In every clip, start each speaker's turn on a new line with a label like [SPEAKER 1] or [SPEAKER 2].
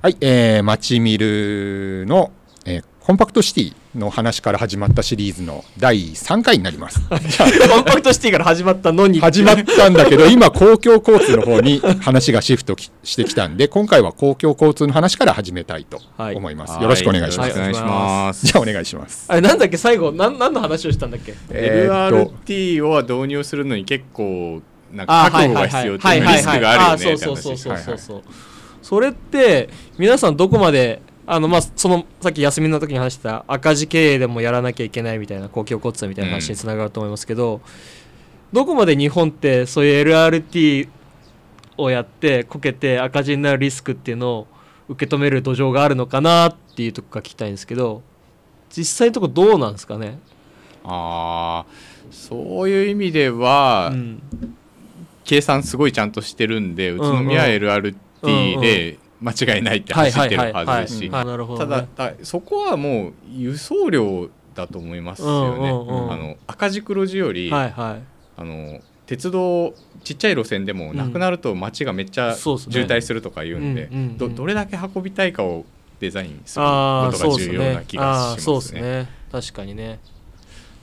[SPEAKER 1] はい、えー、街見るの、えーコンパクトシティの話から始まったシリーズの第3回になり ます。
[SPEAKER 2] コンパクトシティから始まったのに。
[SPEAKER 1] 始まったんだけど、今公共交通の方に話がシフトきしてきたんで、今回は公共交通の話から始めたいと思います。よろしくお願いします。
[SPEAKER 2] はい
[SPEAKER 3] よろしくお願いします。
[SPEAKER 1] じゃあお願いします。
[SPEAKER 2] あれなんだっけ最後なん何の話をしたんだっけ
[SPEAKER 1] えーっと
[SPEAKER 3] LRT を導入するのに結構なん
[SPEAKER 2] あ
[SPEAKER 3] か覚悟が必要っていうかリスクがあるよねって
[SPEAKER 2] そうそうそう
[SPEAKER 3] 話
[SPEAKER 2] そう
[SPEAKER 1] はい
[SPEAKER 2] そ
[SPEAKER 1] は
[SPEAKER 2] う
[SPEAKER 1] い
[SPEAKER 2] そう、それって皆さんどこまであのまあそのさっき休みの時に話してた赤字経営でもやらなきゃいけないみたいな公共交通みたいな話につながると思いますけど、どこまで日本ってそういう LRT をやってこけて赤字になるリスクっていうのを受け止める土壌があるのかなっていうとこが聞きたいんですけど実際のとこどうなんですかね、
[SPEAKER 3] あーそういう意味で
[SPEAKER 2] う
[SPEAKER 3] は、
[SPEAKER 2] ん、
[SPEAKER 3] 計算すごいちゃんとしてるんで宇都宮
[SPEAKER 2] うんうん
[SPEAKER 3] LRT で間違いないって走ってるはずですし
[SPEAKER 2] はいはいはいはいなるほど
[SPEAKER 3] た
[SPEAKER 2] ね
[SPEAKER 3] だたそこはもう輸送量だと思いますよね、
[SPEAKER 2] うんうんうん
[SPEAKER 3] あの赤字黒字より、
[SPEAKER 2] はいはい
[SPEAKER 3] あの鉄道ちっちゃい路線でもなくなると街がめっち
[SPEAKER 2] うん
[SPEAKER 3] ゃ
[SPEAKER 2] そう
[SPEAKER 3] 渋
[SPEAKER 2] っすね
[SPEAKER 3] 滞するとか言うんで、
[SPEAKER 2] うんうんうん
[SPEAKER 3] どどれだけ運びたいかをデザインするこ
[SPEAKER 2] ああ
[SPEAKER 3] とが重要な気がし
[SPEAKER 2] そ
[SPEAKER 3] ま
[SPEAKER 2] うですす
[SPEAKER 3] ね。
[SPEAKER 2] ね確かにね、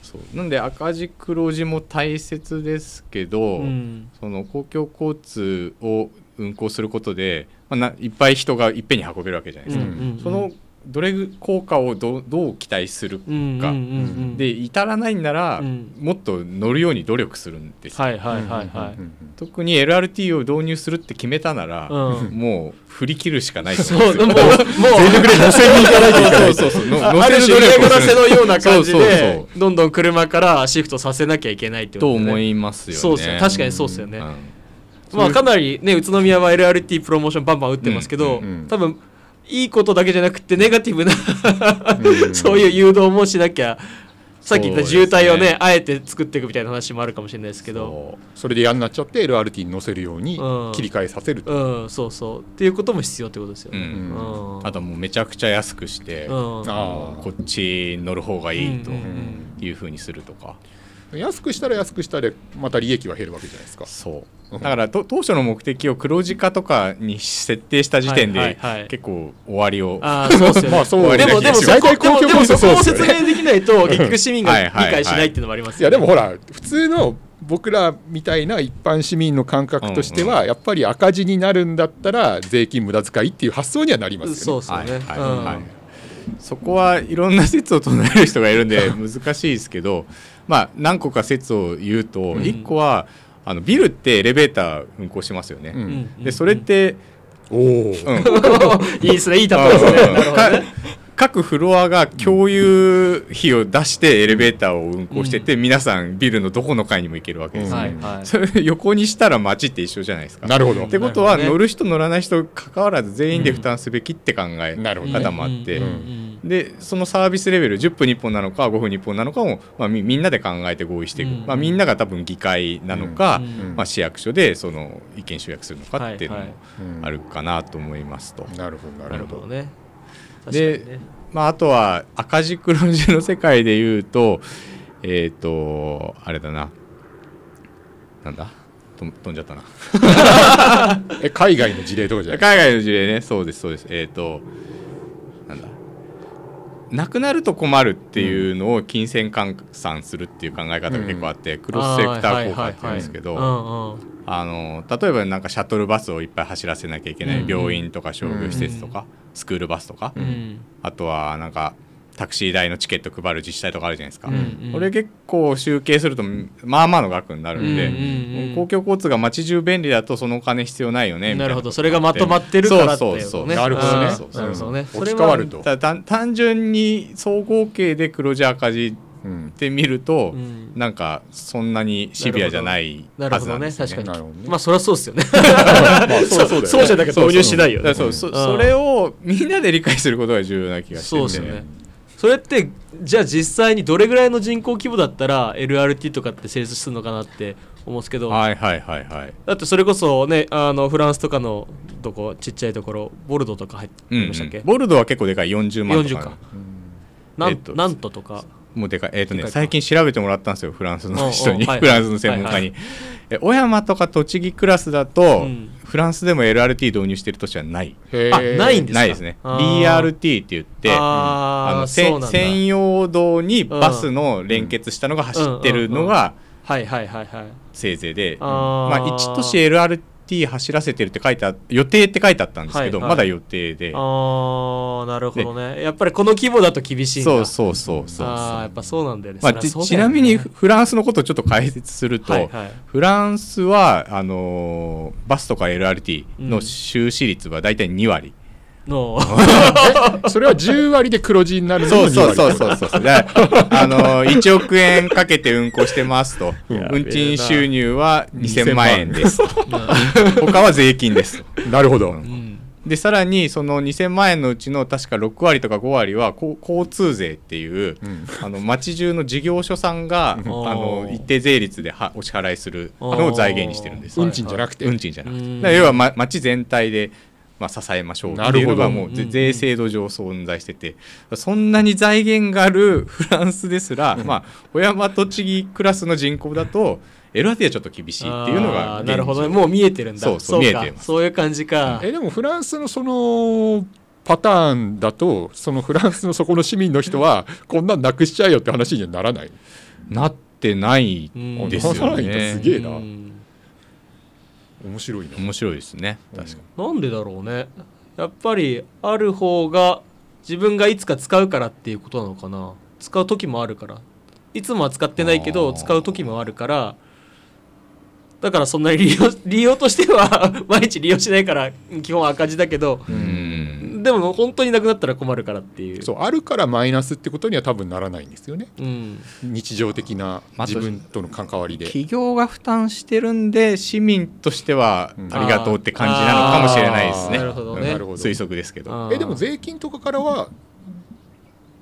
[SPEAKER 3] そうなんで赤字黒字も大切ですけど、
[SPEAKER 2] うん、
[SPEAKER 3] その公共交通を運行することで、まあ、ないっぱい人がいっぺんに運べるわけじゃないですか、
[SPEAKER 1] うん
[SPEAKER 3] そのどれ効果をどうどう期待するか、
[SPEAKER 2] がうん
[SPEAKER 3] で至らないんなら、
[SPEAKER 2] うん
[SPEAKER 3] もっと乗るように努力するんですよ、
[SPEAKER 2] はいはいはいは
[SPEAKER 1] うんう
[SPEAKER 2] い
[SPEAKER 1] んうん
[SPEAKER 3] 特に LRT を導入するって決めたなら、
[SPEAKER 2] うん
[SPEAKER 3] もう振り切るしかないと
[SPEAKER 2] そう
[SPEAKER 3] 思ん
[SPEAKER 2] もうも
[SPEAKER 3] ですよ
[SPEAKER 2] う
[SPEAKER 1] 全力で乗せに行かないといけない。
[SPEAKER 3] そうそうそうの乗
[SPEAKER 2] あ
[SPEAKER 3] せ
[SPEAKER 2] る
[SPEAKER 3] る
[SPEAKER 2] 種
[SPEAKER 3] 努力を
[SPEAKER 2] 乗
[SPEAKER 3] す
[SPEAKER 2] せ
[SPEAKER 3] る
[SPEAKER 2] のような感じ
[SPEAKER 3] そうそうそ
[SPEAKER 2] でどんどん車からシフトさせなきゃいけないって
[SPEAKER 3] う
[SPEAKER 2] こととね
[SPEAKER 3] 思いますよね
[SPEAKER 2] そうっすね確かにそうっすよね
[SPEAKER 3] ん
[SPEAKER 2] まあかなりね宇都宮は LRT プロモーションバンバン打ってますけど、
[SPEAKER 1] うんうんうん
[SPEAKER 2] 多分いいことだけじゃなくてネガティブなそういう誘導もしなきゃさっき言った渋滞を
[SPEAKER 3] そうで
[SPEAKER 2] ね
[SPEAKER 3] すね
[SPEAKER 2] あえて作っていくみたいな話もあるかもしれないですけど
[SPEAKER 3] そう
[SPEAKER 1] それで嫌になっちゃって LRT に乗せるように
[SPEAKER 2] うん
[SPEAKER 1] 切り替えさせると。
[SPEAKER 2] うん、そうそう。っていうことも必要ってことですよ
[SPEAKER 3] う
[SPEAKER 2] ね。
[SPEAKER 3] ん
[SPEAKER 2] うん。
[SPEAKER 3] あともうめちゃくちゃ安くして、
[SPEAKER 2] うん、うん。
[SPEAKER 1] あー
[SPEAKER 3] こっち乗る方がいいと
[SPEAKER 2] うんうん
[SPEAKER 3] いうふうにするとか、
[SPEAKER 1] 安くしたら安くしたでまた利益は減るわけじゃないですか。
[SPEAKER 3] そう
[SPEAKER 1] う
[SPEAKER 3] だ
[SPEAKER 1] ん
[SPEAKER 3] からと当初の目的を黒字化とかに設定した時点で、
[SPEAKER 2] はいはいはい
[SPEAKER 3] 結構終わりを
[SPEAKER 2] あーそうっすよね。
[SPEAKER 1] まあそう
[SPEAKER 3] 終わ
[SPEAKER 2] で
[SPEAKER 3] りな気
[SPEAKER 2] も、で
[SPEAKER 3] が
[SPEAKER 2] も、
[SPEAKER 3] し
[SPEAKER 2] そ
[SPEAKER 3] ます
[SPEAKER 1] 大体
[SPEAKER 2] こでも、
[SPEAKER 1] 公共
[SPEAKER 2] でも
[SPEAKER 1] 放送
[SPEAKER 2] そこを
[SPEAKER 1] そうっす
[SPEAKER 2] 説
[SPEAKER 1] よね
[SPEAKER 2] 明できないと、結局市民が
[SPEAKER 3] はい
[SPEAKER 2] 理
[SPEAKER 3] はいはい
[SPEAKER 2] 解しないっていうのもあります
[SPEAKER 1] いや
[SPEAKER 2] よ
[SPEAKER 1] で
[SPEAKER 2] ね。
[SPEAKER 1] もほら普通の僕らみたいな一般市民の感覚としては、やっぱり赤字になるんだったら税金無駄遣いっていう発想にはなりますよね。
[SPEAKER 2] そうっすよね。
[SPEAKER 3] はいはいはい
[SPEAKER 2] うん
[SPEAKER 3] そこはいろんな説を唱える人がいるんで難しいですけど、まあ、何個か説を言うと、
[SPEAKER 2] ん
[SPEAKER 3] 1個はあのビルってエレベーター運行しますよね、
[SPEAKER 1] うん
[SPEAKER 2] うん
[SPEAKER 3] でそれって、
[SPEAKER 1] おお、
[SPEAKER 3] うん
[SPEAKER 2] いいですね、いい例えですね。なるほど
[SPEAKER 3] か各フロアが共有費を出してエレベーターを運行してて、皆さんビルのどこの階にも行けるわけですよ、
[SPEAKER 2] はいはい
[SPEAKER 3] それ横にしたら街って一緒じゃないですか。
[SPEAKER 1] な
[SPEAKER 3] っ
[SPEAKER 1] るほど。
[SPEAKER 3] てことは
[SPEAKER 2] なるほどね
[SPEAKER 3] 乗る人乗らない人関わらず全員で負担すべきって考え
[SPEAKER 1] なるほどね
[SPEAKER 3] 方もあって、
[SPEAKER 2] うんうん
[SPEAKER 3] でそのサービスレベル10分1本なのか5分1本なのかも、まあ、みみんなで考えて合意していく、
[SPEAKER 2] うん
[SPEAKER 3] まあ、みんなが多分議会なのか、
[SPEAKER 2] うん
[SPEAKER 3] まあ、市役所でその意見集約するのかっていうの
[SPEAKER 2] はい
[SPEAKER 3] もあるかなと思いますと。
[SPEAKER 1] なるほど
[SPEAKER 2] うん
[SPEAKER 1] な
[SPEAKER 2] な
[SPEAKER 1] る
[SPEAKER 2] る
[SPEAKER 1] ほ
[SPEAKER 2] ほ
[SPEAKER 1] ど
[SPEAKER 2] ど。ね。
[SPEAKER 3] で
[SPEAKER 2] 確かにね
[SPEAKER 3] まあ、あとは赤字黒字の世界で言うとえっ、とあれだななんだと飛んじゃったな
[SPEAKER 1] え海外の事例とかじゃ
[SPEAKER 3] 海
[SPEAKER 1] ない。
[SPEAKER 3] 外の事例ねそうですそうですえっ、となんだなくなると困るっていうのを金銭換算するっていう考え方が結構あって、クロスセクター効果って言うんですけ
[SPEAKER 2] う
[SPEAKER 3] ど
[SPEAKER 2] んうん。
[SPEAKER 3] あの例えばなんかシャトルバスをいっぱい走らせなきゃいけない、
[SPEAKER 2] うん
[SPEAKER 3] 病院とか商業施設とか、スクールバスとか、
[SPEAKER 2] うん。
[SPEAKER 3] あとはなんかタクシー代のチケット配る自治体とかあるじゃないですか、
[SPEAKER 2] うんうん
[SPEAKER 3] これ結構集計するとまあまあの額になるんで、
[SPEAKER 2] うんうんうん
[SPEAKER 3] 公共交通が街中便利だとそのお金必要ないよねみた
[SPEAKER 2] ないる
[SPEAKER 3] な
[SPEAKER 2] ほ
[SPEAKER 3] こと
[SPEAKER 2] ど。それがまとまってるからっていうこ
[SPEAKER 3] そうそうそ
[SPEAKER 2] と
[SPEAKER 3] う
[SPEAKER 2] ね。
[SPEAKER 1] なるほどね
[SPEAKER 2] あ
[SPEAKER 3] そう
[SPEAKER 2] ー
[SPEAKER 3] そう
[SPEAKER 2] なるほどね。
[SPEAKER 1] 置き換わる
[SPEAKER 2] それは
[SPEAKER 1] と。
[SPEAKER 3] ただ単単純に総合計で黒字赤字
[SPEAKER 1] うん
[SPEAKER 3] で見ると、
[SPEAKER 2] うん
[SPEAKER 3] なんかそんなにシビアじゃない
[SPEAKER 2] なる
[SPEAKER 3] は
[SPEAKER 2] ほ
[SPEAKER 3] ずな
[SPEAKER 2] ど
[SPEAKER 3] んで
[SPEAKER 2] ね。
[SPEAKER 3] すよね
[SPEAKER 2] 確かに
[SPEAKER 1] なるほどね。
[SPEAKER 2] まあ、そりゃそうですよ ね。
[SPEAKER 1] まあそうそうだよね
[SPEAKER 2] そうじゃなきゃ導入しないよね
[SPEAKER 3] だからそうそ
[SPEAKER 2] うん
[SPEAKER 3] それをみんなで理解することが重要な気がして
[SPEAKER 2] そうですよねそれってじゃあ実際にどれぐらいの人口規模だったら LRT とかって成立するのかなって思うんですけど
[SPEAKER 3] はいはいはいはい
[SPEAKER 2] だってそれこそねあのフランスとかのどこちっちゃいところボルドとか入って
[SPEAKER 3] うん
[SPEAKER 2] ましたっけ、
[SPEAKER 3] うんボルドは結構でかい40万と
[SPEAKER 2] 40
[SPEAKER 3] か
[SPEAKER 2] かなん,、
[SPEAKER 3] えっと
[SPEAKER 2] なんととか
[SPEAKER 3] もうでかいえっ、と
[SPEAKER 2] で
[SPEAKER 3] ね
[SPEAKER 2] かいか
[SPEAKER 3] 最近調べてもらったんですよフランスの人
[SPEAKER 2] おうおう
[SPEAKER 3] に
[SPEAKER 2] はいはい
[SPEAKER 3] フランスの専門家に、
[SPEAKER 2] はい
[SPEAKER 3] え小山とか栃木クラスだと、
[SPEAKER 2] うん
[SPEAKER 3] フランスでも LRT 導入してる都市はない
[SPEAKER 1] へ
[SPEAKER 2] あ
[SPEAKER 1] ー
[SPEAKER 2] ないんですか
[SPEAKER 3] ないですね
[SPEAKER 2] あー
[SPEAKER 3] BRT って言って
[SPEAKER 2] あー
[SPEAKER 3] の
[SPEAKER 2] そう
[SPEAKER 3] せ
[SPEAKER 2] なんだ
[SPEAKER 3] 専用道にバスの連結したのが走ってるのが
[SPEAKER 2] はいはいはいはい
[SPEAKER 3] せいぜいで、
[SPEAKER 2] あ
[SPEAKER 3] ま
[SPEAKER 2] ー
[SPEAKER 3] あ、1都市 LRT 走らせてるって書いてあ予定って書いてあったんですけど、
[SPEAKER 2] はいはい
[SPEAKER 3] まだ予定で
[SPEAKER 2] あーなるほどねやっぱりこの規模だと厳しいんだ
[SPEAKER 3] そうそうそうそう
[SPEAKER 2] あーやっぱそうなんだよね、
[SPEAKER 3] まあ、
[SPEAKER 2] そりゃ
[SPEAKER 3] ち
[SPEAKER 2] そうだ
[SPEAKER 3] ち
[SPEAKER 2] よ
[SPEAKER 3] な
[SPEAKER 2] ね
[SPEAKER 3] みにフランスのことをちょっと解説すると、
[SPEAKER 2] はいはい
[SPEAKER 3] フランスはあのーバスとか LRT
[SPEAKER 2] うん
[SPEAKER 3] の収支率は大体2割、
[SPEAKER 2] の
[SPEAKER 1] えそれは10割で黒字になるの
[SPEAKER 3] そ
[SPEAKER 1] も
[SPEAKER 3] う
[SPEAKER 1] 2
[SPEAKER 3] そう
[SPEAKER 1] 割
[SPEAKER 3] そうそうそうだからあのー1億円かけて運行してますと
[SPEAKER 1] うん
[SPEAKER 3] 運賃収入は2000
[SPEAKER 1] 2000
[SPEAKER 3] 万
[SPEAKER 1] 万
[SPEAKER 3] 円です他は税金です
[SPEAKER 1] なるほど、
[SPEAKER 2] うん
[SPEAKER 3] でさらにその2000万円のうちの確か6割とか5割はこう交通税っていう、
[SPEAKER 1] うん
[SPEAKER 3] あの町中の事業所さんがあ
[SPEAKER 2] ん
[SPEAKER 3] の一定税率ではお支払いするのを財源にしてるんです
[SPEAKER 2] おー
[SPEAKER 1] 運賃じゃなくて、
[SPEAKER 3] 運賃じゃなくて
[SPEAKER 2] うん
[SPEAKER 3] だから要は、ま、町全体で、まあ、支えましょうっていうのが
[SPEAKER 1] なるほ
[SPEAKER 3] も
[SPEAKER 1] ど
[SPEAKER 3] うぜ
[SPEAKER 2] うん
[SPEAKER 3] 税制度上存在しててそんなに財源がある フランスですら、まあ、小山栃木クラスの人口だと LRT はちょっと厳しいっていうのが
[SPEAKER 2] あー
[SPEAKER 3] 現
[SPEAKER 2] なるほどね
[SPEAKER 3] 状
[SPEAKER 2] もう見えてるんだ
[SPEAKER 3] そうそ
[SPEAKER 2] か
[SPEAKER 3] う見えてます
[SPEAKER 2] そういう感じか
[SPEAKER 1] えでもフランスのそのパターンだとそのフランスのそこの市民の人はこんなんなくしちゃえよって話にはならない
[SPEAKER 3] なってない
[SPEAKER 2] うん
[SPEAKER 3] です
[SPEAKER 1] なら
[SPEAKER 3] よ
[SPEAKER 1] ないんだす
[SPEAKER 3] ね
[SPEAKER 1] げ。えな
[SPEAKER 2] うん
[SPEAKER 1] 面白いな
[SPEAKER 3] 面白いですね確か
[SPEAKER 2] なんでだろうねやっぱりある方が自分がいつか使うからっていうことなのかな使う時もあるからいつもは使ってないけ
[SPEAKER 3] あ
[SPEAKER 2] ど
[SPEAKER 3] ー
[SPEAKER 2] 使う時もあるからだからそんなに利用 利用としては 毎日利用しないから基本赤字だけど
[SPEAKER 3] にうん
[SPEAKER 2] でも本当になくなったら困るからっていう
[SPEAKER 1] そうあるからマイナスってことには多分ならないんですよね
[SPEAKER 2] うん、
[SPEAKER 1] 日常的な
[SPEAKER 3] まあ
[SPEAKER 1] 自分との関わりで、
[SPEAKER 3] 企業が負担してるんで市民としては
[SPEAKER 1] うん
[SPEAKER 3] ありがとうって感じなのかもしれないですね
[SPEAKER 2] あーなるほど
[SPEAKER 1] な
[SPEAKER 2] ね
[SPEAKER 1] るほど
[SPEAKER 3] 推測ですけど
[SPEAKER 2] あー
[SPEAKER 1] えでも税金とかからは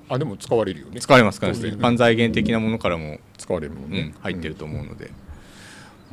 [SPEAKER 1] あでも使われるよね
[SPEAKER 3] 使われますからね
[SPEAKER 1] そう
[SPEAKER 3] 一
[SPEAKER 1] ですね
[SPEAKER 3] 般財源的なものからも、
[SPEAKER 1] 使われるもん
[SPEAKER 3] うん
[SPEAKER 1] ね、
[SPEAKER 3] 入ってると思うので、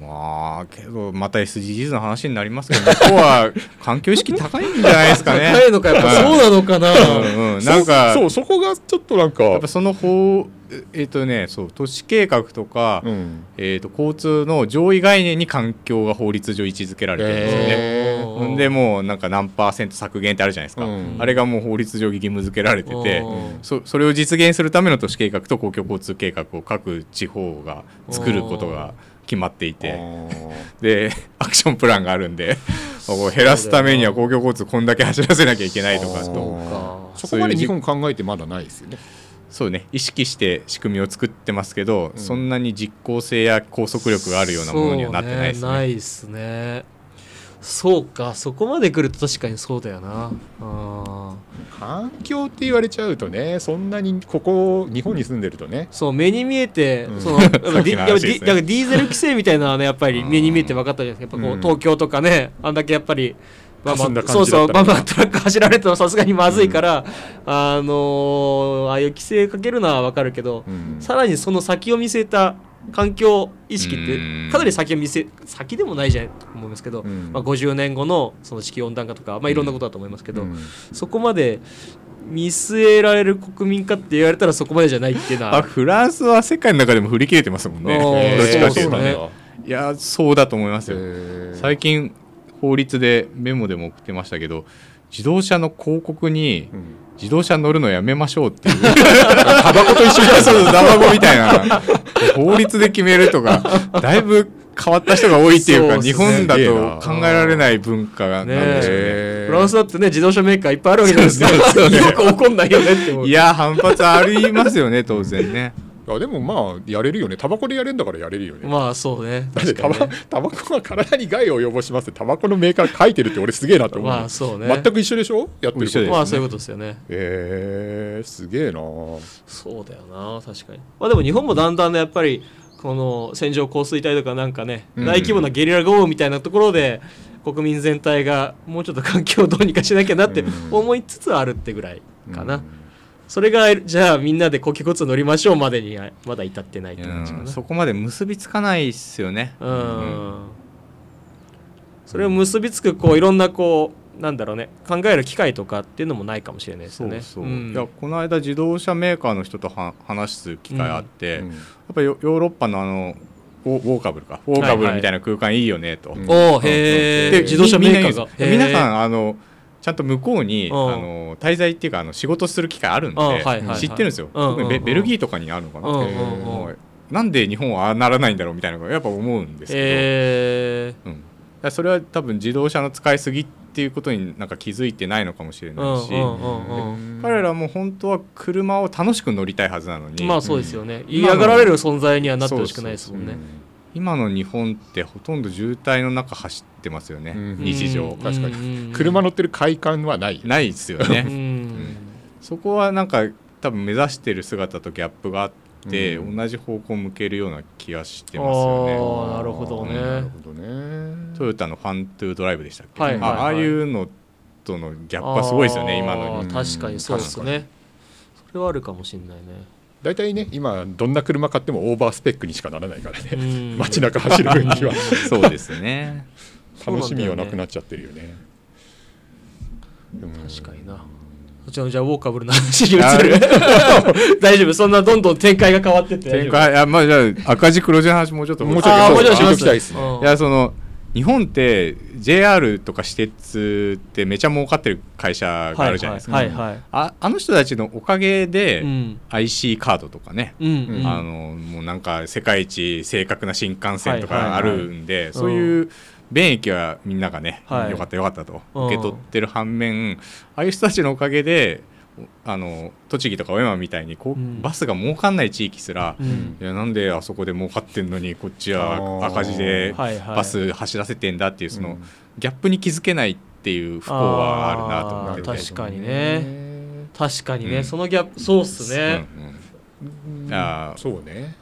[SPEAKER 3] まあけどまた SDGs の話になりますけど向こうは環境意識高いんじゃないですかね
[SPEAKER 2] 高いのかやっぱそうなのか な
[SPEAKER 3] うんうん、なんか
[SPEAKER 1] そうそうそこがちょっとなんか
[SPEAKER 3] やっぱその法えっ、とねそう都市計画とか、
[SPEAKER 1] うん
[SPEAKER 3] えー、と交通の上位概念に環境が法律上位置づけられてるんですよね。
[SPEAKER 1] へー
[SPEAKER 3] ほんでもうなんか何パーセント削減ってあるじゃないですか、
[SPEAKER 1] うん
[SPEAKER 3] あれがもう法律上義務付けられてて
[SPEAKER 2] うん
[SPEAKER 3] そそれを実現するための都市計画と公共交通計画を各地方が作ることが決まってい
[SPEAKER 1] あ
[SPEAKER 3] て
[SPEAKER 1] ー
[SPEAKER 3] で アクションプランがあるんでこう減らすためには公共交通こんだけ走らせなきゃいけないとか
[SPEAKER 1] そう
[SPEAKER 3] と
[SPEAKER 2] か
[SPEAKER 1] そこまで日本考えてまだないですよね
[SPEAKER 3] そうね意識して仕組みを作ってますけど、そんなに実効性や拘束力があるようなものにはなってないです
[SPEAKER 2] そう
[SPEAKER 3] ね。
[SPEAKER 2] ねないっすねそうかそこまで来ると確かにそうだよなあ
[SPEAKER 1] 環境って言われちゃうとねそんなにここ日本に住んでるとね
[SPEAKER 2] そう目に見えて、
[SPEAKER 1] うん
[SPEAKER 2] そのやっぱ
[SPEAKER 3] さっ
[SPEAKER 2] ディ
[SPEAKER 3] きの
[SPEAKER 2] やっぱ
[SPEAKER 3] 話
[SPEAKER 2] デ
[SPEAKER 3] で
[SPEAKER 2] ィ
[SPEAKER 3] すね
[SPEAKER 2] だからディーゼル規制みたいなのはねやっぱり目に見えて分かったじゃないですかやっぱこ
[SPEAKER 1] う
[SPEAKER 2] う、
[SPEAKER 1] ん
[SPEAKER 2] 東京とかねあんだけやっぱりバンバ
[SPEAKER 1] 霞んだ
[SPEAKER 2] ン
[SPEAKER 1] 感じ
[SPEAKER 2] そうそ
[SPEAKER 1] だ
[SPEAKER 2] う
[SPEAKER 1] った
[SPEAKER 2] バ
[SPEAKER 1] ら
[SPEAKER 2] ンバントラック走られてもさすがにまずいから、あのーああいう規制かけるのは分かるけど、
[SPEAKER 1] うん
[SPEAKER 2] さらにその先を見据えた環境意識っ
[SPEAKER 3] うん
[SPEAKER 2] てかなり先を見据え先でもないじゃないと思いますけど、
[SPEAKER 1] うん
[SPEAKER 2] まあ、50年後のその地球温暖化とか、まあ、いろんなことだと思いますけど、
[SPEAKER 1] うん
[SPEAKER 2] そこまで見据えられる国民かって言われたらそこまでじゃないっていうの
[SPEAKER 3] あ
[SPEAKER 2] は
[SPEAKER 3] フランスは世界の中でも振り切れてますもんね。
[SPEAKER 2] あー
[SPEAKER 3] どっちかっていうと
[SPEAKER 2] そう
[SPEAKER 3] ね。
[SPEAKER 2] そう
[SPEAKER 3] いやそうだと思います
[SPEAKER 1] へ
[SPEAKER 3] よ。
[SPEAKER 1] ー
[SPEAKER 3] 最近法律でメモでも送ってましたけど自動車の広告に
[SPEAKER 1] うん
[SPEAKER 3] 自動車乗るのやめましょうっていう
[SPEAKER 1] タバコと一緒じゃん
[SPEAKER 3] そうそうダバゴみたいな法律で決めるとかだいぶ変わった人が多いっていうか
[SPEAKER 2] そうっすね
[SPEAKER 3] 日本だと考えられない文化なん
[SPEAKER 2] ね
[SPEAKER 3] でしょうね。
[SPEAKER 1] えー
[SPEAKER 2] フランスだってね自動車メーカーいっぱいあるわけじゃないですか
[SPEAKER 3] そうそうそう
[SPEAKER 2] よく怒んないよねって思う
[SPEAKER 3] いや反発ありますよね当然ね。
[SPEAKER 1] いやでもまあやれるよねタバコでやれんだからやれるよね
[SPEAKER 2] まあそうね
[SPEAKER 1] だって
[SPEAKER 2] 確
[SPEAKER 1] タバ
[SPEAKER 2] かにね
[SPEAKER 1] タバコが体に害を及ぼしますってタバコのメーカー書いてるって俺すげえなって思う、
[SPEAKER 2] まあそうね
[SPEAKER 1] 全く一緒でしょやってること
[SPEAKER 3] 一緒ですね
[SPEAKER 2] まあそういうことですよね
[SPEAKER 1] えー、すげえな
[SPEAKER 2] そうだよな確かにまあでも日本もだんだんねやっぱりこの線状降水帯とかなんかね、
[SPEAKER 1] うん
[SPEAKER 2] 大規模なゲリラ豪雨みたいなところで国民全体がもうちょっと環境をどうにかしなきゃなって
[SPEAKER 1] うん
[SPEAKER 2] 思いつつあるってぐらいかな、
[SPEAKER 1] うん
[SPEAKER 2] それがじゃあみんなで呼吸骨を乗りましょうまでにはまだ至ってないって感じか
[SPEAKER 3] うん
[SPEAKER 2] な
[SPEAKER 3] そこまで結びつかないっすよね。
[SPEAKER 2] うんそれを結びつくこういろんなこうなんだろうね考える機会とかっていうのもないかもしれないです
[SPEAKER 3] そ
[SPEAKER 2] よ
[SPEAKER 3] う
[SPEAKER 2] ね。
[SPEAKER 3] そう、
[SPEAKER 2] ん
[SPEAKER 3] いやこの間自動車メーカーの人とは話す機会あって、
[SPEAKER 1] う
[SPEAKER 3] や
[SPEAKER 1] ん
[SPEAKER 3] っぱりヨヨーロッパのあのウォーカブルかウォーカブルみたいな空間いいよねと、
[SPEAKER 1] うん
[SPEAKER 2] おーへ
[SPEAKER 3] で
[SPEAKER 2] え自動車
[SPEAKER 3] み
[SPEAKER 2] メ
[SPEAKER 3] んな
[SPEAKER 2] ーカ
[SPEAKER 3] 言うん
[SPEAKER 2] ーが
[SPEAKER 3] ですよ皆さ
[SPEAKER 2] ん
[SPEAKER 3] んあのちゃんと向こうにあ
[SPEAKER 2] うん
[SPEAKER 3] の滞在っていうかあの仕事する機会あるんで
[SPEAKER 2] うんはいはいはい
[SPEAKER 3] 知ってるんですよ、
[SPEAKER 2] うんうんうん
[SPEAKER 3] 特にベベルギーとかにあるのかな、
[SPEAKER 2] うんうん
[SPEAKER 1] えー
[SPEAKER 2] うん
[SPEAKER 3] もうなんで日本はああならないんだろうみたいなのがやっぱ思うんですけど、
[SPEAKER 2] え
[SPEAKER 3] うん、だからそれは多分自動車の使いすぎっていうことになんか気づいてないのかもしれ
[SPEAKER 2] ーう
[SPEAKER 3] ないし、
[SPEAKER 2] んうんうん
[SPEAKER 3] 彼らも本当は車を楽しく乗りたいはずなの
[SPEAKER 2] う
[SPEAKER 3] に、
[SPEAKER 2] んまあそうですよね
[SPEAKER 3] ん
[SPEAKER 2] 嫌がられる存在にはなってほしくないですもんね
[SPEAKER 3] 今の日本ってほとんど渋滞の中走ってますよね、
[SPEAKER 1] うん
[SPEAKER 3] 日常
[SPEAKER 1] 確かに
[SPEAKER 2] に
[SPEAKER 1] 車乗ってる快感はない。
[SPEAKER 3] ないですよ
[SPEAKER 2] う
[SPEAKER 3] ね
[SPEAKER 2] ん
[SPEAKER 3] そこはなんか多分目指してる姿とギャップがあって、
[SPEAKER 1] う
[SPEAKER 3] 同じ方向向けるような気がして
[SPEAKER 2] あ
[SPEAKER 3] ますよね
[SPEAKER 2] ーなるほどね
[SPEAKER 1] なるほどね。
[SPEAKER 3] トヨタのファントゥードライブでしたっけ、
[SPEAKER 2] はいはいはい
[SPEAKER 3] あああいうのとのギャップはすごいですよね
[SPEAKER 2] あー
[SPEAKER 3] 今の
[SPEAKER 1] に
[SPEAKER 2] 確かにそうですねそれはあるかもしれない ね
[SPEAKER 1] 大体ね、今、どんな車買ってもオーバースペックにしかならないから
[SPEAKER 2] う
[SPEAKER 1] ね、
[SPEAKER 2] ん
[SPEAKER 1] 街中走る分に は、
[SPEAKER 3] そうですね
[SPEAKER 1] 楽しみはなくな
[SPEAKER 2] っ
[SPEAKER 1] っちゃってるよね。うん
[SPEAKER 2] 確かになそっちのじゃあウォーカブルな話に移る 大丈夫そんなどんどん展開が変わってって
[SPEAKER 3] 展開あまあじゃあ赤字黒字の話もうちょっと
[SPEAKER 1] もうちょっと
[SPEAKER 2] ああもうちょっとしま
[SPEAKER 1] 聞きたいですすね
[SPEAKER 2] うん
[SPEAKER 3] いやその日本って JR とか私鉄ってめちゃ儲かってる会社があるじゃないですか、
[SPEAKER 2] はいはいはい
[SPEAKER 3] ああの人たちのおかげで、
[SPEAKER 2] うん
[SPEAKER 3] IC カードとかね、
[SPEAKER 2] うんうん
[SPEAKER 3] あのもうなんか世界一正確な新幹線
[SPEAKER 2] はい
[SPEAKER 3] とか
[SPEAKER 2] は
[SPEAKER 3] あ
[SPEAKER 2] いはい
[SPEAKER 3] るんで、そういう便益はみんながね、
[SPEAKER 2] はい
[SPEAKER 3] よかったよかったと
[SPEAKER 2] うん
[SPEAKER 3] 受け取ってる反面ああいう人たちのおかげでおあの栃木とか小山みたいにこう、
[SPEAKER 2] うん
[SPEAKER 3] バスが儲かんない地域すら、
[SPEAKER 2] うん
[SPEAKER 3] いやなんであそこで儲かってんのにこっちは
[SPEAKER 1] あー
[SPEAKER 3] 赤字で
[SPEAKER 2] はいはい
[SPEAKER 3] バス走らせてんだっていうその
[SPEAKER 1] うん
[SPEAKER 3] ギャップに気づけないっていう不幸はあるなと思ってて
[SPEAKER 2] あー確かにね確かにね、
[SPEAKER 3] うん
[SPEAKER 2] そのギャップそうっすね、
[SPEAKER 3] うんうん
[SPEAKER 1] うん
[SPEAKER 3] あー
[SPEAKER 1] そうね、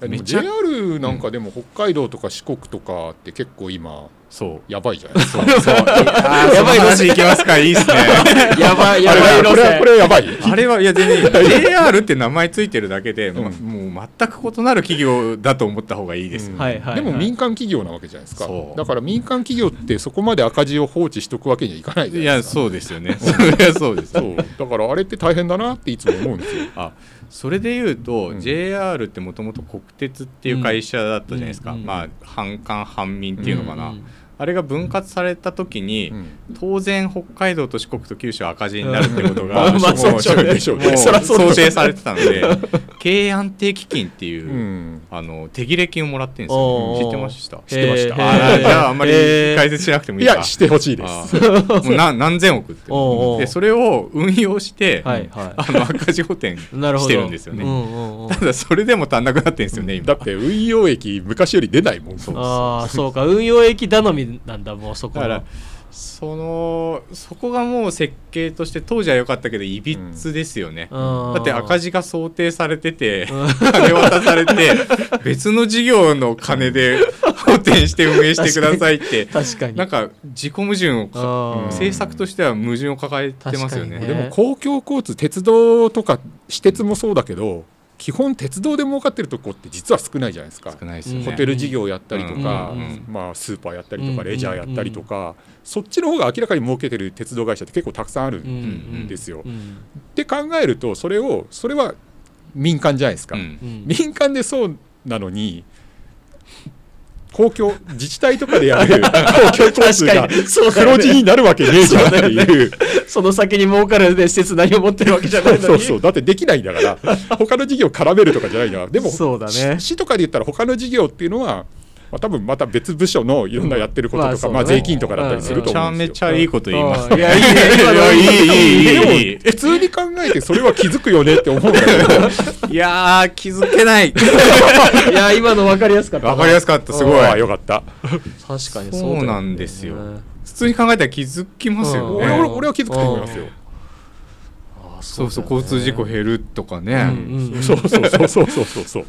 [SPEAKER 1] うん、で
[SPEAKER 3] め
[SPEAKER 1] も
[SPEAKER 3] ちゃ
[SPEAKER 1] JR なんかでも北海道とか四国とかって結構今
[SPEAKER 3] そう
[SPEAKER 1] やばいじゃない ですか
[SPEAKER 3] あー
[SPEAKER 2] やばい
[SPEAKER 3] そ
[SPEAKER 2] 路
[SPEAKER 3] の話いきますかいいっす ね
[SPEAKER 2] やばい
[SPEAKER 1] あ
[SPEAKER 2] や
[SPEAKER 1] れ
[SPEAKER 2] ばい
[SPEAKER 1] はこ
[SPEAKER 2] 路
[SPEAKER 1] れは
[SPEAKER 2] 線
[SPEAKER 1] これはやばい
[SPEAKER 3] あれはいや全然 JR って名前ついてるだけで、ま
[SPEAKER 1] うん
[SPEAKER 3] もう全く異なる企業だと思った方がいいですよ、
[SPEAKER 1] うん
[SPEAKER 2] はいはいはい
[SPEAKER 1] でも民間企業なわけじゃないですか
[SPEAKER 3] そう
[SPEAKER 1] だから民間企業ってそこまで赤字を放置しとくわけにはいかないじ
[SPEAKER 3] い
[SPEAKER 1] ゃない
[SPEAKER 3] や
[SPEAKER 1] ですか
[SPEAKER 3] そうです よねそれはそうです
[SPEAKER 1] そうだからあれって大変だなっていつも思うんですよ
[SPEAKER 3] あそれで言うと、
[SPEAKER 1] うん
[SPEAKER 3] JR ってもともと国鉄っていう会社だったじゃないですか、
[SPEAKER 2] うんうん
[SPEAKER 3] まあ半官半民っていうのかな、
[SPEAKER 2] うん
[SPEAKER 3] あれが分割された時に、
[SPEAKER 1] うん
[SPEAKER 3] 当然北海道と四国と九州は赤字になるってこと
[SPEAKER 1] う
[SPEAKER 3] が
[SPEAKER 1] んまあそうでしょうね
[SPEAKER 3] ももう
[SPEAKER 1] そりゃそうでしょう
[SPEAKER 3] 想定されてたの で経営安定基金ってい
[SPEAKER 1] う
[SPEAKER 3] う、
[SPEAKER 1] ん
[SPEAKER 3] あの手切れ金をもらってるんです
[SPEAKER 2] お
[SPEAKER 3] よ
[SPEAKER 2] ー
[SPEAKER 3] 知ってました
[SPEAKER 1] 知ってました
[SPEAKER 2] へー
[SPEAKER 3] あーじゃああんまり
[SPEAKER 2] へー
[SPEAKER 3] 解説しなくても
[SPEAKER 1] い
[SPEAKER 3] いいか
[SPEAKER 1] やしてほしいで
[SPEAKER 3] あ
[SPEAKER 1] す
[SPEAKER 3] ーもうな何千億って
[SPEAKER 2] おうおう
[SPEAKER 3] でそれを運用して、
[SPEAKER 2] はいはい
[SPEAKER 3] あの赤字補填
[SPEAKER 2] なるほ
[SPEAKER 3] し
[SPEAKER 2] ど
[SPEAKER 3] てるんですよね、
[SPEAKER 2] うんうんうん
[SPEAKER 3] ただそれでも足んなくなってるんですよね
[SPEAKER 1] だ
[SPEAKER 3] 今
[SPEAKER 1] って運用益昔より出ないもんそう
[SPEAKER 2] ああそうか運用益頼みなんだもうそこ
[SPEAKER 3] だから
[SPEAKER 2] は
[SPEAKER 3] そのそこがもう設計として当時は良かったけどいびつですよね、
[SPEAKER 2] だ
[SPEAKER 3] だって赤
[SPEAKER 2] 字
[SPEAKER 3] 字が想定されてて、金渡されて、別の事業の金で補填して運営してくださいって、
[SPEAKER 2] 確かに
[SPEAKER 3] なんか自己矛盾を
[SPEAKER 2] あ
[SPEAKER 3] か、
[SPEAKER 2] ー
[SPEAKER 3] 政策としては矛盾を抱えてますよね。
[SPEAKER 2] 確かに
[SPEAKER 1] で
[SPEAKER 2] ね
[SPEAKER 1] も公共交通鉄道とか私鉄もそうだけど基本鉄道で儲かってるとこって実は少ないじゃないですか
[SPEAKER 3] 少ないですよね。
[SPEAKER 2] うん
[SPEAKER 1] ホテル事業やったりとか、
[SPEAKER 2] うん
[SPEAKER 3] うん
[SPEAKER 1] まあ、スーパーやったりと
[SPEAKER 2] うん
[SPEAKER 1] か、レジャーやったりとか、そっちの方が明らかに儲けてる鉄道会社って結構たくさんあるん
[SPEAKER 3] ん
[SPEAKER 1] ですよ。
[SPEAKER 2] うん
[SPEAKER 1] って考えるとそれをそれは民間じゃないですか、
[SPEAKER 3] うん
[SPEAKER 2] うん
[SPEAKER 1] 民間でそうなのに公共自治体とかでや る公共交通
[SPEAKER 2] 確
[SPEAKER 1] が
[SPEAKER 2] かにそうだよ
[SPEAKER 1] 黒
[SPEAKER 2] ね
[SPEAKER 1] 字になるわけねえじゃんっていう。
[SPEAKER 2] その先に儲かるで施設何を持ってるわけじゃないのに
[SPEAKER 1] そうそうだってできないんだから 他の事業絡めるとかじゃないんだからでも
[SPEAKER 2] そうだね
[SPEAKER 1] し市とかで言ったら他の事業っていうのは、まあ、多分また別部署のいろんなやってることとか、
[SPEAKER 2] まあそうね
[SPEAKER 1] まあ、税金とかだったりす
[SPEAKER 3] め
[SPEAKER 1] ると
[SPEAKER 3] ち
[SPEAKER 1] 思
[SPEAKER 3] ゃ
[SPEAKER 1] うんで
[SPEAKER 3] め
[SPEAKER 1] すよ。
[SPEAKER 3] ちゃいいこと言います
[SPEAKER 2] う
[SPEAKER 3] ね。
[SPEAKER 2] んいやいいね今の
[SPEAKER 3] いやいいいいいいいい
[SPEAKER 1] でも普通に考えてそれは気づくよねって思うんだけ ど
[SPEAKER 3] いやー、気づけない。
[SPEAKER 2] いや今の分かりやすかったな
[SPEAKER 3] わかりやすかった、すご
[SPEAKER 1] ああ
[SPEAKER 3] い。
[SPEAKER 1] よかった
[SPEAKER 2] 確かにだよね
[SPEAKER 3] そうなんですよ。普通に考えたら気づきますよ
[SPEAKER 1] 俺
[SPEAKER 2] うん
[SPEAKER 1] 俺
[SPEAKER 3] ね。
[SPEAKER 1] 俺は気づくと思いますよ
[SPEAKER 2] あー
[SPEAKER 3] そうそう、
[SPEAKER 2] だよ
[SPEAKER 3] 交
[SPEAKER 2] ね
[SPEAKER 3] 通事故減るとかね。
[SPEAKER 2] うんうんうん
[SPEAKER 1] そうそうそうそうそうそうそう、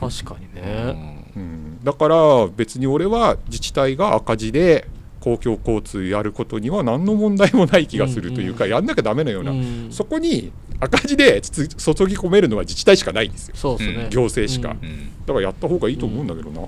[SPEAKER 2] 確かに
[SPEAKER 3] う
[SPEAKER 2] ね
[SPEAKER 3] ん
[SPEAKER 1] うん、だから別に俺は自治体が赤字で公共交通やることには何の問題もない気がするというか、やんなきゃダメのような、
[SPEAKER 2] うん
[SPEAKER 1] そこに赤字でつつ注ぎ込めるのは自治体しかないんですよ、
[SPEAKER 2] そうですね
[SPEAKER 1] 行政しか、
[SPEAKER 2] うん
[SPEAKER 3] うん
[SPEAKER 1] だからやった方がいいと思うんだけどな。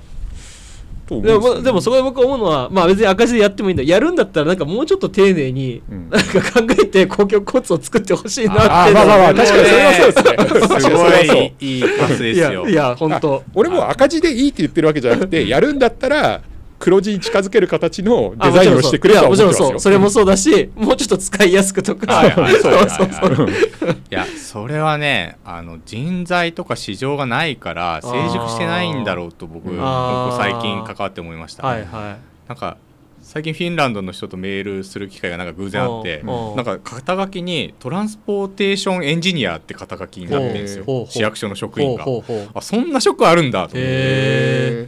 [SPEAKER 1] と思うん
[SPEAKER 2] で
[SPEAKER 1] ですよ
[SPEAKER 2] もでもそこで僕思うのは、まあ、別に赤字でやってもいいんだやるんだったらなんかもうちょっと丁寧に、
[SPEAKER 1] うん
[SPEAKER 2] なんか考えて公共交通を作ってほしいなっ
[SPEAKER 1] あ
[SPEAKER 2] て
[SPEAKER 1] ーまあまあまあ
[SPEAKER 2] いうの
[SPEAKER 1] 確かにそれはそう ですね
[SPEAKER 3] す
[SPEAKER 1] そうそ
[SPEAKER 3] ご
[SPEAKER 1] うそう
[SPEAKER 3] いいいパスですよ
[SPEAKER 2] いやいや本当
[SPEAKER 1] 俺も赤字でいいって言ってるわけじゃなく てやるんだったら黒字に近づける形の
[SPEAKER 2] あ
[SPEAKER 1] デザインをしてくれとは思
[SPEAKER 2] も
[SPEAKER 1] っ
[SPEAKER 2] ち
[SPEAKER 1] て
[SPEAKER 2] ろ
[SPEAKER 1] ま
[SPEAKER 2] ん
[SPEAKER 1] す
[SPEAKER 2] そういやもちろんそ
[SPEAKER 1] よ
[SPEAKER 2] うそれもそうだし、もうちょっと使いやすくとか、
[SPEAKER 3] はいはいそうだ
[SPEAKER 2] そうそう
[SPEAKER 3] はい
[SPEAKER 2] そう
[SPEAKER 3] はいいやそれはねあの人材とか市場がないから成熟してないんだろうと僕こ
[SPEAKER 2] あー
[SPEAKER 3] こ最近関わって思いました、
[SPEAKER 2] はいは
[SPEAKER 3] なんか最近フィンランドの人とメールする機会がなんか偶然あって
[SPEAKER 2] おうおう
[SPEAKER 3] なんか肩書きにトランスポーテーションエンジニアって肩書きになってるんで
[SPEAKER 2] ほ
[SPEAKER 3] す
[SPEAKER 2] うほう
[SPEAKER 3] よ
[SPEAKER 2] ほう
[SPEAKER 3] 市役所の職
[SPEAKER 2] い。
[SPEAKER 3] 員
[SPEAKER 2] ほう
[SPEAKER 3] が
[SPEAKER 2] ほうほう。
[SPEAKER 3] あそんな職あるんだと思って
[SPEAKER 2] へ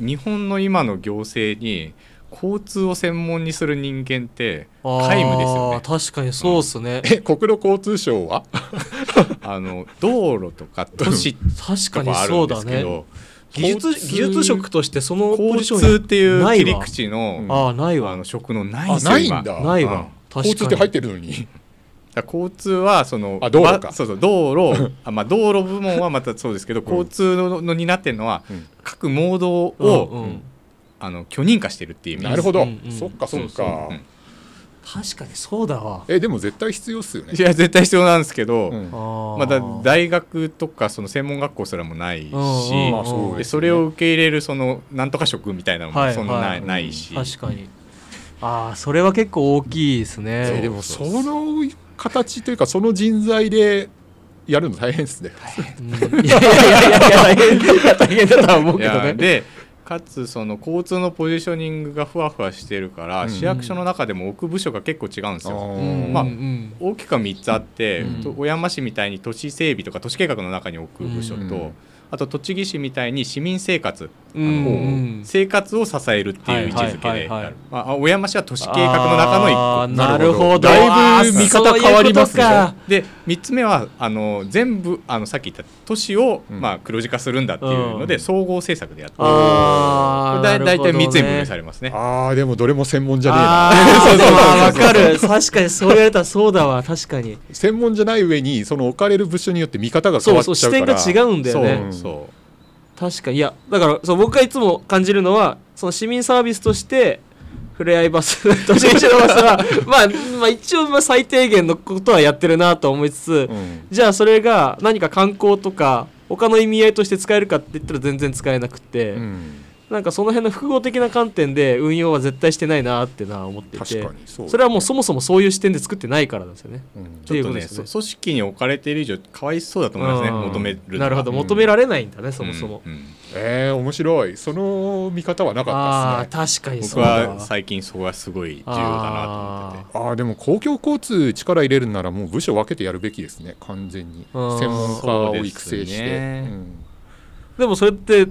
[SPEAKER 3] 日本の今の行政に交通を専門にする人間って
[SPEAKER 2] ー。
[SPEAKER 3] 皆無ですよね
[SPEAKER 2] あー確かにそうっすね。
[SPEAKER 1] え国土交通省は
[SPEAKER 3] あの道路とか都市
[SPEAKER 2] 確
[SPEAKER 3] と
[SPEAKER 2] かに
[SPEAKER 3] かある
[SPEAKER 2] そ
[SPEAKER 3] ん
[SPEAKER 2] う
[SPEAKER 3] で
[SPEAKER 2] だ
[SPEAKER 3] すけ
[SPEAKER 2] ね。
[SPEAKER 3] ど
[SPEAKER 2] 技術
[SPEAKER 3] 交通
[SPEAKER 2] 技術職としてそのポジショ
[SPEAKER 3] 交
[SPEAKER 2] ン
[SPEAKER 3] 通っていう
[SPEAKER 2] ない
[SPEAKER 3] 切
[SPEAKER 2] わ
[SPEAKER 3] り口の
[SPEAKER 1] うん
[SPEAKER 2] ああない
[SPEAKER 3] あ
[SPEAKER 2] わ
[SPEAKER 3] の。職能ないん
[SPEAKER 1] あ
[SPEAKER 3] ですよ
[SPEAKER 1] ないん
[SPEAKER 3] 今
[SPEAKER 1] だ
[SPEAKER 2] ない
[SPEAKER 3] うん
[SPEAKER 2] わ。確かに。
[SPEAKER 1] 交通って入ってるのに
[SPEAKER 3] だから交通はその
[SPEAKER 1] あ道路か
[SPEAKER 3] ばそうそう道 路あまあ道路部門はまたそうですけど、交通のの担ってるのは、
[SPEAKER 1] うん
[SPEAKER 3] 各モードを、
[SPEAKER 2] うんうん
[SPEAKER 3] あの許認可してるっていう意味
[SPEAKER 1] なるほど、
[SPEAKER 2] うんうん
[SPEAKER 1] そっかそっか
[SPEAKER 3] うん
[SPEAKER 2] 確かにそうだわ。
[SPEAKER 1] えでも絶対必要っすよね
[SPEAKER 3] いや絶対必要なんですけど、
[SPEAKER 1] うん
[SPEAKER 3] まあだ
[SPEAKER 2] い
[SPEAKER 3] 大学とかその専門学校すらもないし、
[SPEAKER 2] うんうん
[SPEAKER 1] まあそう
[SPEAKER 3] で
[SPEAKER 1] です
[SPEAKER 3] それを受け入れるそのなんとか職みたいなの
[SPEAKER 2] は
[SPEAKER 3] も
[SPEAKER 2] い
[SPEAKER 3] そんなない,、
[SPEAKER 2] はい
[SPEAKER 3] ないし
[SPEAKER 2] 確かに。ああそれは結構大きいです
[SPEAKER 1] え
[SPEAKER 2] ね。
[SPEAKER 1] でもその形というかその人材でやるの大変ですね
[SPEAKER 2] うんいやいやいやいや大変大変だとは思う
[SPEAKER 3] い
[SPEAKER 2] けど
[SPEAKER 3] や
[SPEAKER 2] ね。
[SPEAKER 3] でかつその交通のポジショニングがふわふわしてるから、
[SPEAKER 1] うん
[SPEAKER 3] 市役所の中でも奥部署が結構違うんですよ。
[SPEAKER 2] うん
[SPEAKER 3] まあ
[SPEAKER 2] うん
[SPEAKER 3] 大きくは3つあって、
[SPEAKER 2] うん
[SPEAKER 3] と小山市みたいに都市整備とか都市計画の中に置く部署と、
[SPEAKER 1] うん
[SPEAKER 3] あと栃木市みたいに市民生活、
[SPEAKER 2] うんうん
[SPEAKER 3] あの生活を支えるっていう位置づけ
[SPEAKER 2] はいはい
[SPEAKER 3] で
[SPEAKER 2] はいはい
[SPEAKER 3] まあ、小山市は都市計画の中の
[SPEAKER 2] あー
[SPEAKER 3] 1個
[SPEAKER 2] なるほど
[SPEAKER 1] だいぶ見方変わりますでしょ
[SPEAKER 2] あーそういうことか
[SPEAKER 3] で3つ目はあの全部あのさっき言った都市を、
[SPEAKER 1] うん
[SPEAKER 3] まあ、黒字化するんだっていうので、
[SPEAKER 2] うん
[SPEAKER 3] 総合政策でやってる
[SPEAKER 2] あー
[SPEAKER 3] だい
[SPEAKER 2] な
[SPEAKER 3] 大
[SPEAKER 2] るほど
[SPEAKER 3] 体
[SPEAKER 2] ね
[SPEAKER 3] 3つに分類されますね。
[SPEAKER 1] あーでもどれも専門じゃねえな
[SPEAKER 2] あー
[SPEAKER 3] そうそうそうそう
[SPEAKER 2] まあわかる確かにそう言われたらそうだわ確かに
[SPEAKER 1] 専門じゃない上にその置かれる部署によって見方が変
[SPEAKER 2] そ
[SPEAKER 1] わ
[SPEAKER 2] う
[SPEAKER 1] っちゃ
[SPEAKER 2] そうう
[SPEAKER 1] か
[SPEAKER 2] 視
[SPEAKER 1] ら
[SPEAKER 2] 点が違うんだよね
[SPEAKER 1] ん
[SPEAKER 3] そうそう
[SPEAKER 2] 確かにいやだからそう僕がいつも感じるのはその市民サービスとしてふれあいバス都心市のバス は、まあ、まあ一応まあ最低限のことはやってるなと思いつつ、
[SPEAKER 1] うん
[SPEAKER 2] じゃあそれが何か観光とか他の意味合いとして使えるかって言ったら全然使えなくて、
[SPEAKER 1] うん
[SPEAKER 2] なんかその辺の複合的な観点で運用は絶対してないなってのは思っていて
[SPEAKER 1] 確かにそう
[SPEAKER 2] それはもうそもそもそういう視点で作ってないからなんですよね。
[SPEAKER 1] うん
[SPEAKER 3] ち
[SPEAKER 2] ってい
[SPEAKER 3] ょっとね
[SPEAKER 2] うことですね
[SPEAKER 3] そ組織に置かれている以上かわいそうだと思いますね
[SPEAKER 2] うん
[SPEAKER 3] 求めるのは
[SPEAKER 2] なるほど
[SPEAKER 1] うん
[SPEAKER 2] 求められないんだね、そもそも。
[SPEAKER 3] うんうん
[SPEAKER 1] えー、面白いその見方はなか
[SPEAKER 2] あ
[SPEAKER 1] った
[SPEAKER 2] あ
[SPEAKER 1] ですね
[SPEAKER 2] 確かにそ
[SPEAKER 3] 僕
[SPEAKER 2] うだ
[SPEAKER 3] は
[SPEAKER 2] わ
[SPEAKER 3] 最近そこがすごい重要だなと思ってて
[SPEAKER 1] ああーでも公共交通力入れるんならもう部署分けてやるべきですね完全に
[SPEAKER 2] あー
[SPEAKER 1] 専門家を育
[SPEAKER 3] そう
[SPEAKER 1] 成
[SPEAKER 3] です
[SPEAKER 1] して、
[SPEAKER 3] ね
[SPEAKER 1] うん
[SPEAKER 2] でもそれって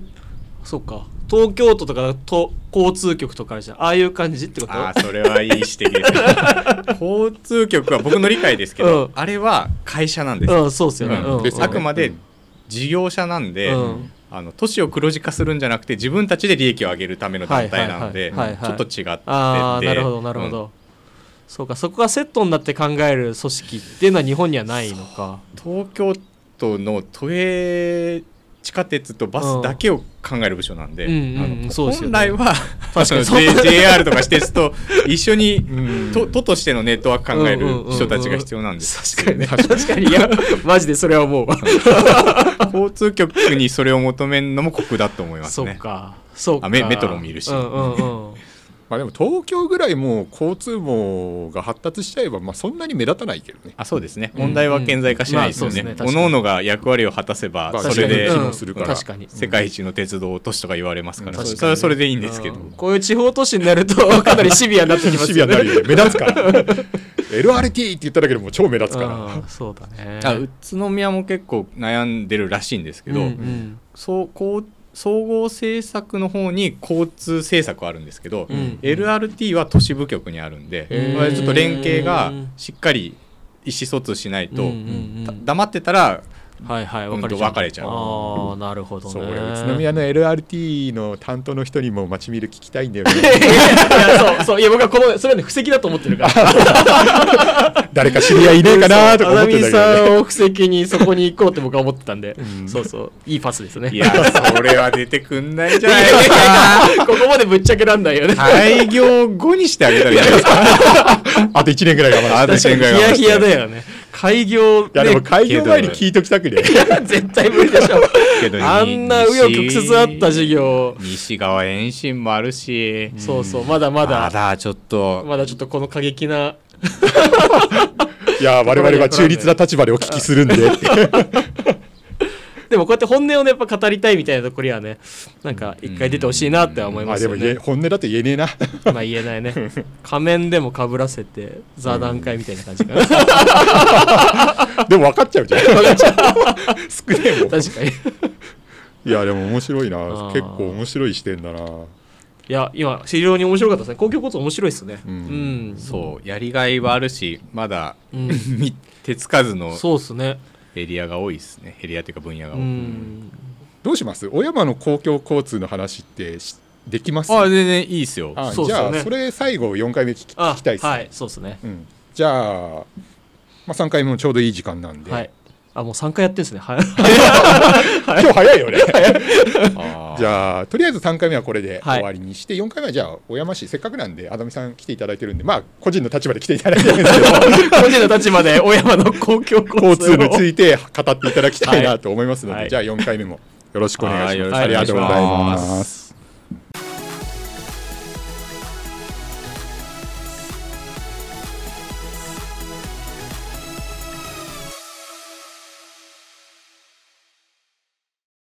[SPEAKER 2] そうか東京都とかと交通局とかあるじゃんああいう感じってこと
[SPEAKER 3] ああそれはいい指摘ですね 交通局は僕の理解ですけど、
[SPEAKER 2] うん
[SPEAKER 3] あれは会社なんですよ、
[SPEAKER 2] うんそうっすよね、
[SPEAKER 1] うん
[SPEAKER 2] うんうん
[SPEAKER 1] ですよね
[SPEAKER 3] あくまで事業者なんで、
[SPEAKER 2] うん
[SPEAKER 3] あの都市を黒字化するんじゃなくて自分たちで利益を上げるための団体なので、
[SPEAKER 2] はいはいはいはいはい
[SPEAKER 3] ちょっと違ってて
[SPEAKER 2] ああなるほどなるほど、そうかそこがセットになって考える組織っていうのは日本にはないのか
[SPEAKER 3] うん東京都の都営地下鉄とバスだけを考える部署なんで、
[SPEAKER 2] うんうんうん
[SPEAKER 3] あの
[SPEAKER 2] そうですよね
[SPEAKER 3] 本来は
[SPEAKER 2] 確かに
[SPEAKER 3] あの J- JR とか私鉄と一緒に
[SPEAKER 1] うん
[SPEAKER 3] 都都としてのネットワーク考える人たちが必要なんです
[SPEAKER 2] 確かにね確かにい やマジでそれは思うわ
[SPEAKER 3] 交通局にそれを求めるのも酷だと思います
[SPEAKER 2] そう
[SPEAKER 3] ね
[SPEAKER 2] かそうか
[SPEAKER 3] あメメトロもいるし
[SPEAKER 2] うんうんうん
[SPEAKER 1] まあでも東京ぐらいもう交通網が発達しちゃえばまあそんなに目立たないけどね
[SPEAKER 3] あそうですね
[SPEAKER 2] うん
[SPEAKER 3] 問題は顕在化しないですよね,、
[SPEAKER 2] まあそうですね確
[SPEAKER 3] 各
[SPEAKER 2] かに
[SPEAKER 3] 々が役割を果たせば
[SPEAKER 1] まあ
[SPEAKER 3] それで
[SPEAKER 1] 確かに
[SPEAKER 2] うん
[SPEAKER 1] 機能するから
[SPEAKER 2] 確かに
[SPEAKER 3] 世界一の鉄道都市とか言われますから、
[SPEAKER 1] うん
[SPEAKER 3] それはそれでいいんですけど、
[SPEAKER 2] うんこういう地方都市になる とかなりシビアになってきます
[SPEAKER 1] シビア
[SPEAKER 2] よ
[SPEAKER 1] にな
[SPEAKER 2] ね
[SPEAKER 1] る よね目立つから LRT って言っただけでもう超目立つから
[SPEAKER 2] うんそうだね
[SPEAKER 3] あ宇都宮も結構悩んでるらしいんですけど、
[SPEAKER 2] うんうん
[SPEAKER 3] そうこう総合政策の方に交通政策はあるんですけど、
[SPEAKER 2] うん
[SPEAKER 3] LRT は都市部局にあるんで、
[SPEAKER 1] へー
[SPEAKER 3] これちょっと連携がしっかり意思疎通しないと、
[SPEAKER 2] うんうんうん
[SPEAKER 3] た黙ってたら
[SPEAKER 2] はいはい分かれ
[SPEAKER 3] うんと分かれちゃう
[SPEAKER 2] ああなるほどね
[SPEAKER 1] そう俺宇都宮の LRT の担当の人にも街見る聞きたいんだよね
[SPEAKER 2] いやそうそういや僕はこのそれはね布石だと思ってるから
[SPEAKER 1] 誰か知り合いいねえかなとか思ってたけ
[SPEAKER 2] ア
[SPEAKER 1] ど、
[SPEAKER 2] ナミ
[SPEAKER 1] ね、
[SPEAKER 2] さんを布石にそこに行こうって僕は思ってたんで、そうそういいパスですね
[SPEAKER 3] いやそれは出てくんな いんじゃないですか
[SPEAKER 2] ここまでぶっちゃけなんだよね
[SPEAKER 3] 廃業後にしてあげたらいいんじゃないですか
[SPEAKER 1] あと1年ぐらい我慢
[SPEAKER 3] あと
[SPEAKER 1] して
[SPEAKER 3] 一年
[SPEAKER 2] ヒ
[SPEAKER 3] ぐらい
[SPEAKER 2] ヤヒヤだよね開業
[SPEAKER 1] いやでも
[SPEAKER 2] ね
[SPEAKER 1] 開業前に聞いときたくね
[SPEAKER 2] 絶対無理でし ょ
[SPEAKER 3] けど
[SPEAKER 2] あんな紆余曲折あった授業
[SPEAKER 3] 西側延伸もあるし
[SPEAKER 2] そうそうまだま
[SPEAKER 3] まだ
[SPEAKER 2] だ
[SPEAKER 3] ちょっと
[SPEAKER 2] まだちょっとこの過激ない
[SPEAKER 1] や我々は中立な立場でお聞きするんで
[SPEAKER 2] でもこうやって本音をねやっぱ語りたいみたいなところにはねなんか一回出てほしいなっては思い ま
[SPEAKER 1] あ
[SPEAKER 2] す
[SPEAKER 1] で
[SPEAKER 2] よ
[SPEAKER 1] も
[SPEAKER 2] ね、
[SPEAKER 1] 言え本音だと言えねえな
[SPEAKER 2] まあ言えないね仮面でもかぶらせて座談会みたいな感じ かな確
[SPEAKER 1] でも 分かっちゃうじゃん少ねえもん
[SPEAKER 2] かに
[SPEAKER 1] いやでも面白いな
[SPEAKER 2] あー
[SPEAKER 1] 結構面白い視点だない
[SPEAKER 2] や今非常に面白かったですね公共交通面白いですねう
[SPEAKER 1] うん
[SPEAKER 2] ん、
[SPEAKER 3] そうやりがいはあるしまだ、
[SPEAKER 2] うん
[SPEAKER 3] み手つかずの
[SPEAKER 2] そうですね
[SPEAKER 3] エリアが多いですねエリアというか分野が
[SPEAKER 2] う
[SPEAKER 3] 多い、
[SPEAKER 2] ん
[SPEAKER 1] どうします小山の公共交通の話ってしできます
[SPEAKER 3] あ全然いいですよ
[SPEAKER 1] あ
[SPEAKER 2] そうっす
[SPEAKER 1] じ
[SPEAKER 2] よね
[SPEAKER 1] ゃあそれ最後4回目聞き
[SPEAKER 2] あ
[SPEAKER 1] 聞きたいですね、
[SPEAKER 2] はいそうですね
[SPEAKER 1] うん、じゃあ、まあ、3回目もちょうどいい時間なんで、
[SPEAKER 2] はいあもう3回やってんですねはい
[SPEAKER 1] 今日早いよね
[SPEAKER 3] あ ー
[SPEAKER 1] じゃあとりあえず3回目はこれで
[SPEAKER 2] はい
[SPEAKER 1] 終わりにして、4回目はじゃあ小山市せっかくなんであだみさん来ていただいてるんでまあ個人の立場で来ていただいてるん ですけど
[SPEAKER 2] 個人の立場で小山の公共交
[SPEAKER 1] 交
[SPEAKER 2] 通
[SPEAKER 1] 通
[SPEAKER 2] を
[SPEAKER 1] について語っていただきたいなと思いますので、
[SPEAKER 2] はい
[SPEAKER 1] じゃあ4回目もよろしくお願いします、
[SPEAKER 3] はい
[SPEAKER 1] ありがとうござい
[SPEAKER 3] よろしくお願いし
[SPEAKER 1] ま
[SPEAKER 3] ます
[SPEAKER 1] す